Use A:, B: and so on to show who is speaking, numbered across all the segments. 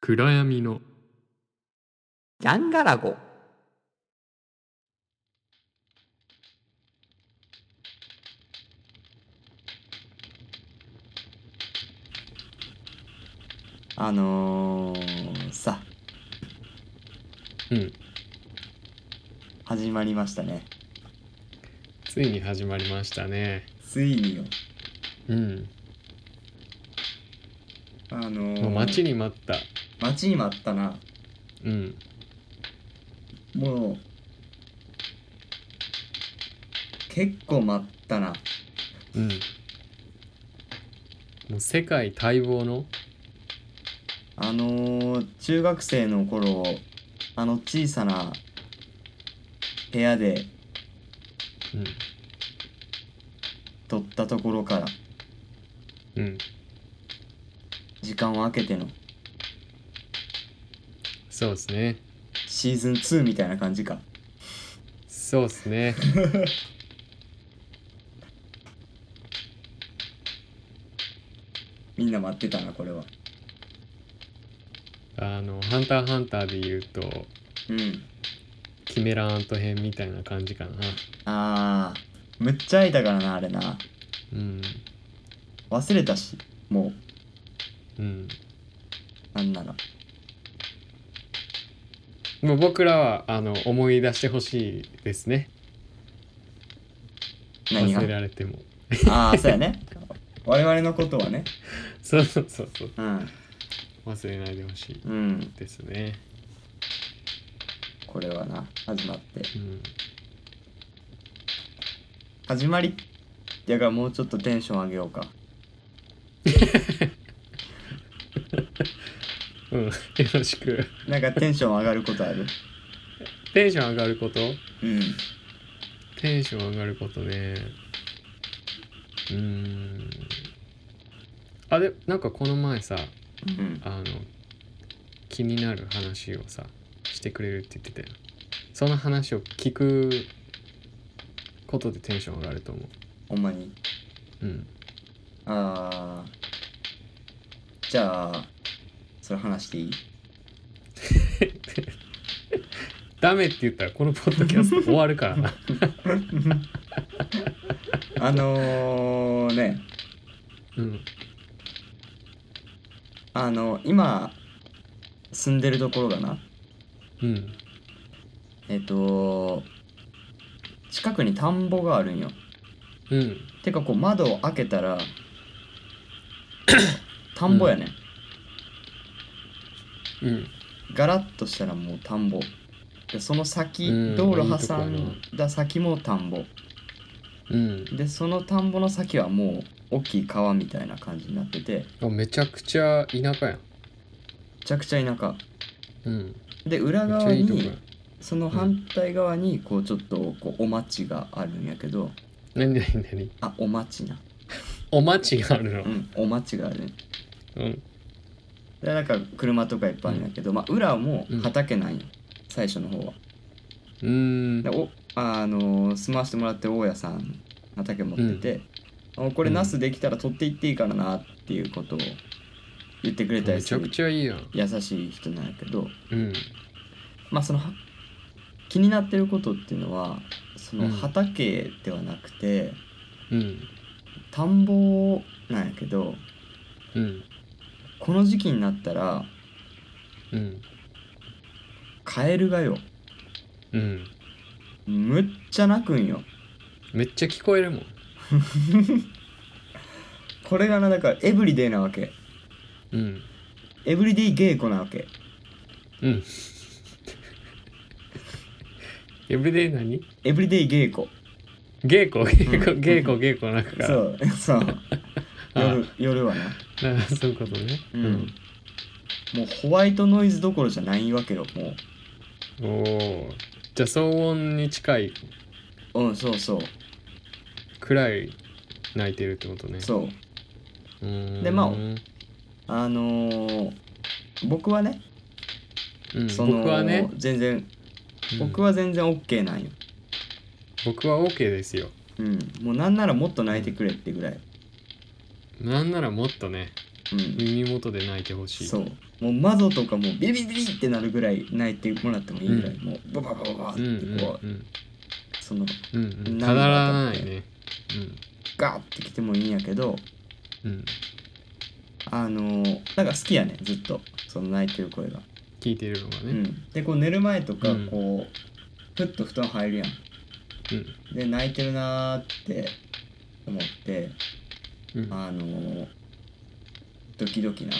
A: 暗闇の
B: ジャンガラゴ
C: あのー、さ
A: うん
C: 始まりましたね
A: ついに始まりましたね
C: ついによ
A: うん
C: あのー、
A: もう待ちに待った
C: 待ちに待ったな
A: うん
C: もう結構待ったな
A: うんもう世界待望の
C: あのー、中学生の頃あの小さな部屋で撮ったところから
A: うんうん
C: 時間を空けての
A: そうですね
C: シーズン2みたいな感じか
A: そうですね
C: みんな待ってたなこれは
A: あの「ハンターハンター」で言うと
C: うん
A: キメラアント編みたいな感じかな
C: あーむっちゃ空いたからなあれな
A: うん
C: 忘れたしも
A: うん
C: うなんなら
A: もう僕らはあの思い出してほしいですね
C: 何
A: 忘
C: が
A: れられても
C: ああそうやね我々のことはね
A: そうそうそうそう
C: うん
A: 忘れないでほしい
C: うん
A: ですね
C: これはな始まって
A: うん
C: 始まりやからもうちょっとテンション上げようか
A: うん、よろしく。
C: なんかテンション上がることある
A: テンション上がること
C: うん
A: テンション上がることね。うーん。あれ、なんかこの前さ、
C: うん
A: あの、気になる話をさ、してくれるって言ってたよ。その話を聞くことでテンション上がると思う。
C: ほんまに
A: うん。
C: ああじゃあそれ話していい
A: ダメって言ったらこのポッドキャスト終わるからな。
C: あのー、ね
A: うん。
C: あの今住んでるところがな
A: うん。
C: えっ、と近くに田んぼがあるんよ
A: うん。
C: てかこう窓を開けた ら田んぼやね、
A: うん。
C: ガラッとしたらもう田んぼでその先、
A: うんい
C: 道
A: いと
C: 路
A: こ
C: 挟
A: やなん
C: だ先も田んぼ
A: うん。
C: でその田んぼの先はもう大きい川みたいな感じになっててめ
A: あめちゃくちゃ田舎やん。
C: ちゃくちゃ田舎
A: うん。
C: で裏
A: めっち
C: 側
A: ゃいいとこや
C: にその反対側にこうちょっとこうお町があるんやけど
A: なになになに
C: あお町な
A: お待ちがあるの
C: う。んお町がある
A: うん。
C: でなんか車とかいっぱいあるんやけど、まあ裏も畑なんよ、最初の方は
A: うー
C: で
A: ん。
C: おあの住まわしてもらってる大家さん畑持ってて、おこれ
A: うん
C: ナスできたら取っていっていいからなっていうことを言ってくれた
A: め
C: り
A: ち
C: す
A: ゃ
C: る
A: くちゃいいやん。
C: 優しい人なんやけど
A: うん。
C: まあそのは気になってることっていうのはその
A: うん
C: 畑ではなくて、
A: うん。
C: 田んぼなんやけど
A: うん。
C: この時期になったら
A: うん。
C: カエルがよ
A: うん。
C: むっちゃ鳴くんよ
A: めっちゃ聞こえるもん。
C: これがなだからエブリデイなわけ
A: うん。
C: エブリデイ稽古なわけ
A: うん。エブリデイ何
C: エブリデイ稽古
A: 稽古稽古 稽古稽古の中から。
C: そ。う そう
A: あ
C: 夜夜はな、
A: あそういうことね。
C: うん。もうホワイトノイズどころじゃないわけよも
A: おお。じゃあ騒音に近いう
C: うんそうそう
A: くらい泣いてるってことね。
C: そう
A: うーん。
C: でまあ
A: うん。
C: あのー僕はねその
A: 僕はね。
C: 全然僕
A: は。
C: は全然 OK なんよ、
A: 僕は OK ですよ。
C: うん、もうなんならもっと泣いてくれってぐらい
A: なんならもっとね、
C: うん
A: 耳元で泣いてほしい。
C: そうもうマゾとかもうビリビリビリってなるぐらい泣いてもらってもいいぐらい、もうバババババって
A: う
C: こ
A: ん
C: う、
A: うん
C: その
A: うんうんうんただらないね
C: ガーってきてもいいんやけど
A: うんうん
C: あのなんか好きやねずっとその泣いてる声が。
A: 聞いてるのが
C: う
A: ね
C: ん、でこう寝る前とか
A: うん
C: こう、ふっと布団入るやん。で泣いてるなーって思って
A: うんうん
C: あのードキドキな、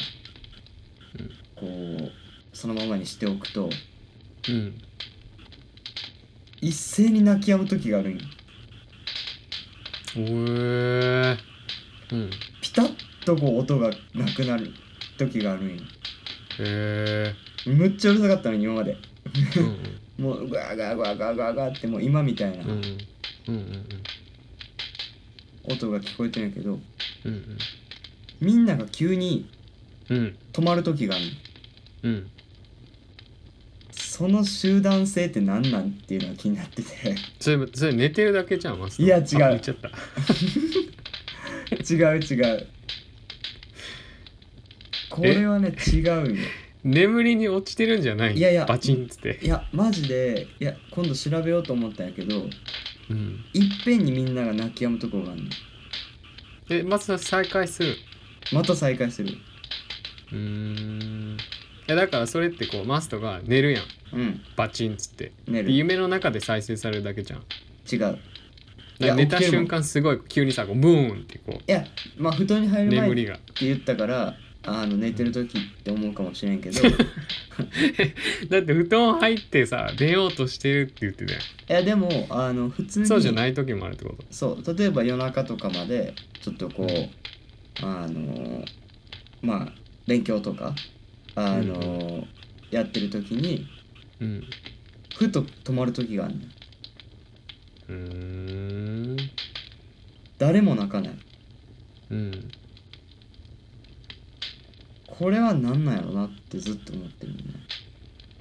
C: こうそのままにしておくと
A: うん
C: 一斉に泣き止む時があるんよ
A: おえうん
C: ピタッとこう音がなくなる時があるんよ
A: へえ
C: むっちゃうるさかったのに今まで
A: うん
C: もうガーガーガーガーガーガーってもう今みたいな
A: うんうんうんうん
C: 音が聞こえてるんやけど
A: うん
C: みんなが急に
A: うんうん
C: 止まる時があるんよ
A: うん
C: その集団性って何なんっていうのが気になってて
A: それそれ寝てるだけじゃんマスター
C: いや違う
A: あ言っちゃった
C: 違う違うこれはね違うんよ
A: 眠りに落ちてるんじゃない
C: いやいや
A: バチンっつって
C: いやマジでいや今度調べようと思ったんやけど
A: うん
C: いっぺんにみんなが泣き止むところがあるの
A: えマスター再開する
C: また再開する
A: うーんいやだからそれってこうマストが寝るやん
C: うん
A: バチンっつって
C: 寝
A: で
C: る違う
A: 夢の中で再生されるだけじゃんだか
C: い
A: ら
C: いや
A: 寝た
C: 起きてる
A: 瞬
C: もん
A: 間すごい急にさこうブーンってこ
C: やまあ布団に
A: う
C: 入る前
A: 眠
C: って
A: りが
C: 言ったからあの寝てる時って思うかもしれんけ どい
A: だって布団入ってさ出ようとしてるって言ってたや
C: やでもあの普通に
A: んそうじゃない時もあるってこと
C: そう例えば夜中とかまでちょっとこうあのまあ勉強とかあの、やってる時に
A: うん
C: ふと止まる時があるの
A: うーん
C: 誰も泣かない
A: うん
C: これはなんなんやろなってずっと思ってるね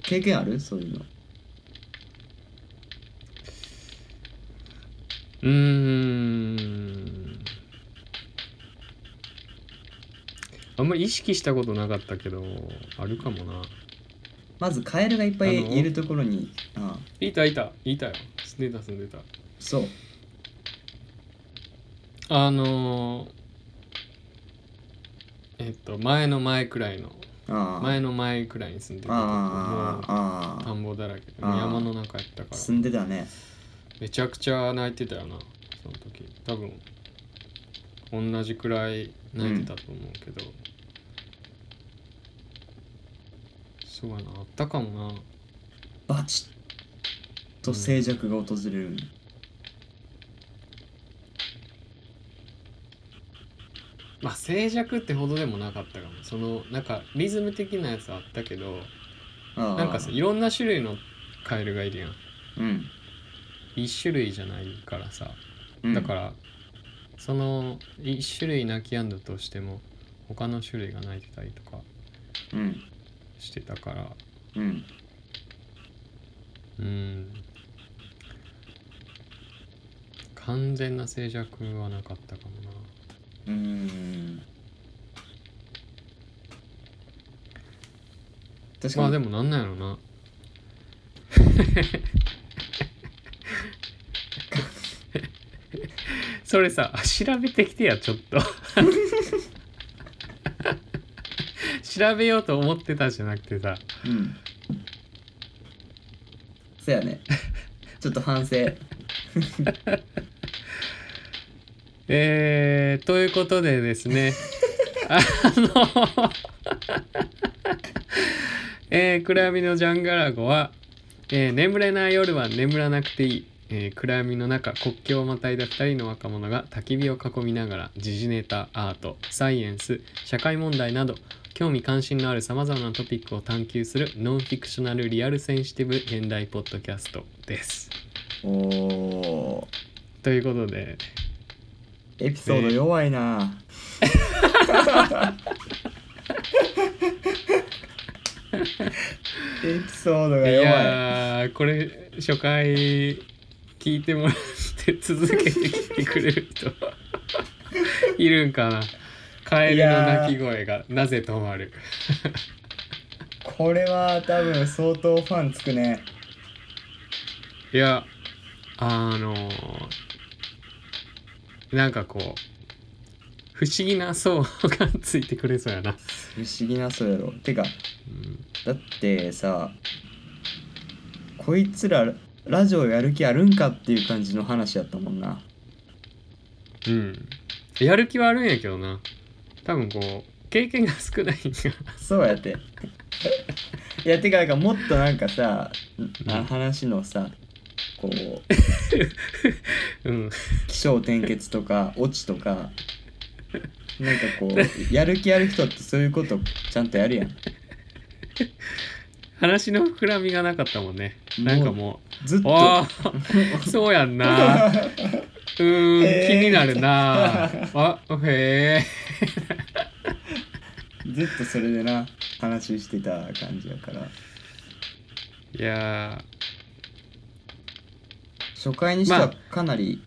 C: 経験あるそういうの
A: うーんあんまり意識したことなかったけどあるかもな
C: まずカエルがいっぱ
A: あの
C: いいるところにああ
A: いたいたいたよ住んでた住んでた
C: そう
A: あのーえっと前の前くらいの
C: ああ
A: 前の前くらいに住んでたとこも
C: あ
A: う
C: ああ
A: 田
C: あ
A: んぼだらけで
C: あー
A: 山の中やったから
C: 住んでたね
A: めちゃくちゃ泣いてたよなその時多分同じくらい泣いてたと思うけど、そうやなあったかもな
C: バチッと静寂が訪れる、
A: まあ静寂ってほどでもなかったかもそのなんかリズム的なやつはあったけど
C: ああ
A: なんかさいろんな種類のカエルがいるやん
C: うん、
A: 一種類じゃないからさ
C: うん、
A: だから、その一種類泣き止んだとしても他の種類が泣いてたりとか
C: うん
A: してたから
C: うん
A: うん完全な静寂はなかったかもな
C: うん確かに
A: まあでもなんなんやろなそれさ調べてきてやちょっと調べようと思ってたじゃなくてさ
C: うんそや ねちょっと反省
A: えー、ということでですねあのえー、暗闇のジャンガラゴは、えー眠れない夜は眠らなくていい、えー暗闇の中国境をまたいだ2人の若者が焚き火を囲みながら時事ネタアートサイエンス社会問題など興味関心のあるさまざまなトピックを探求するノンフィクショナルリアルセンシティブ現代ポッドキャストです。
C: おお
A: ということで
C: エピソード弱いな、エピソードが
A: い
C: 弱い
A: やーこれ初回聞いてもらって続けて聞いてくれる人いるんかなカエルの鳴き声がなぜ止まる
C: これは多分相当ファンつくね
A: いやあのーなんかこう不思議な層がついてくれそうやな、
C: 不思議なそうやろてか
A: うん
C: だってさこいつらラジオやる気あるんかっていう感じの話やったもんな
A: うん、やる気はあるんやけどな多分こう経験が少ないんや
C: そうやっていやてかなんかもっとなんかさ、あ
A: うん
C: 話のさこう
A: うん
C: 起承転結とか オチとかなんかこうやる気ある人ってそういうことちゃんとやるやん
A: 話の膨らみがなかったもんねなんかも
C: ずっ
A: う
C: と
A: ああ そうやんなうーん、
C: へー
A: 気になるなあへえ
C: ずっとそれでな話してた感じやから
A: いや
C: 初回にしては
A: ま
C: かなり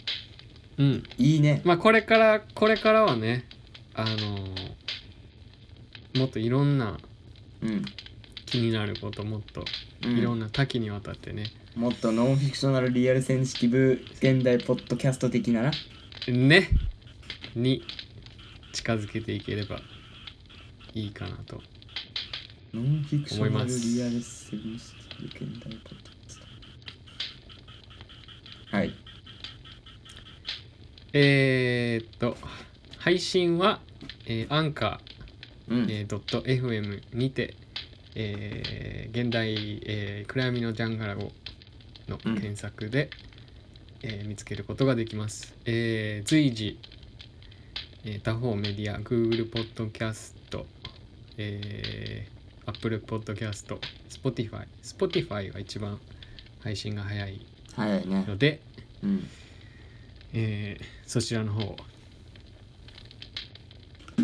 A: ーうん
C: いいね、
A: まあこれからこれからはねあのーもっといろんな
C: うん
A: 気になることもっと
C: う
A: いろ
C: ん、
A: んな多岐にわたってね、
C: もっとノンフィクショナルリアルセンシティブ現代ポッドキャスト的なな
A: ねに近づけていければいいかなと
C: ノンフィクショ
A: 思い
C: ナ
A: ま
C: ル
A: す
C: リアルセンシティブ現代ポッドキャストはい
A: えー、っと配信は、えー、アンカ
C: うん、
A: ー、えー、.fm にて、えー現代、えー暗闇のジャンガラゴの
C: うん
A: 検索で、えー見つけることができます、えー随時、えー他方メディア Google ポッドキャスト、えー、Apple ポッドキャスト Spotify Spotify が一番配信が早い
C: 早いね
A: ので、
C: うん
A: えーそちらの方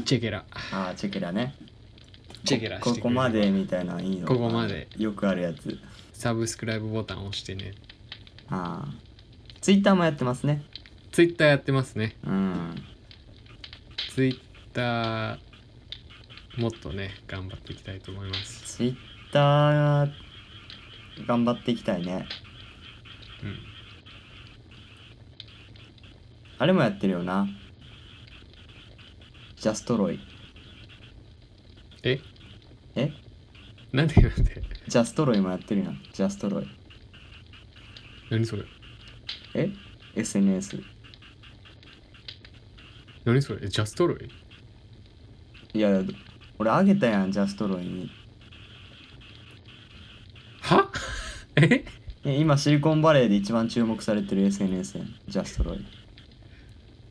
A: チェケラ
C: ああチェケラね
A: チェケラして
C: こ
A: くれ
C: ここまでみたいないいの
A: ここまで
C: よくあるやつ
A: サブスクライブボタンを押してね
C: ああツイッターもやってますね
A: ツイッターやってますね
C: うん
A: ツイッターもっとね頑張っていきたいと思います
C: ツイッター頑張っていきたいね
A: うん
C: あれもやってるよなジャストロイ
A: え
C: え
A: なんでなんで
C: ジャストロイもやってるやんジャストロイ
A: 何それ
C: え SNS
A: 何それえジャストロイ
C: いや俺あげたやんジャストロイに
A: はえ
C: え今シリコンバレーで一番注目されてる SNS やんジャストロイ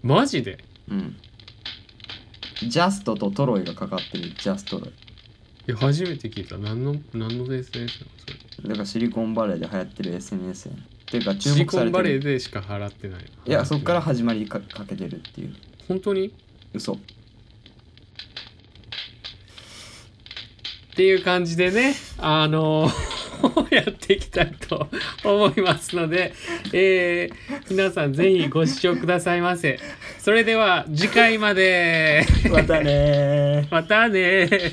A: マジで
C: うん。ジャストとトロイがかかってるジャストロイ。
A: いや初めて聞いた何の何の SNS なのそれ
C: だからシリコンバレーで流行ってる SNS やん。っていうか
A: シ
C: 注
A: リ
C: 目
A: コ
C: され
A: ン
C: て
A: バレー
C: る。
A: でしか払ってない
C: いや、そっから
A: 払て
C: 始まりかかけてるっていう。
A: ない本当に
C: 嘘。
A: っていう感じでね、あの やっていきたいと思いますので、えー皆さんぜひご視聴くださいませ。それでは次回まで。
C: またねー。
A: またね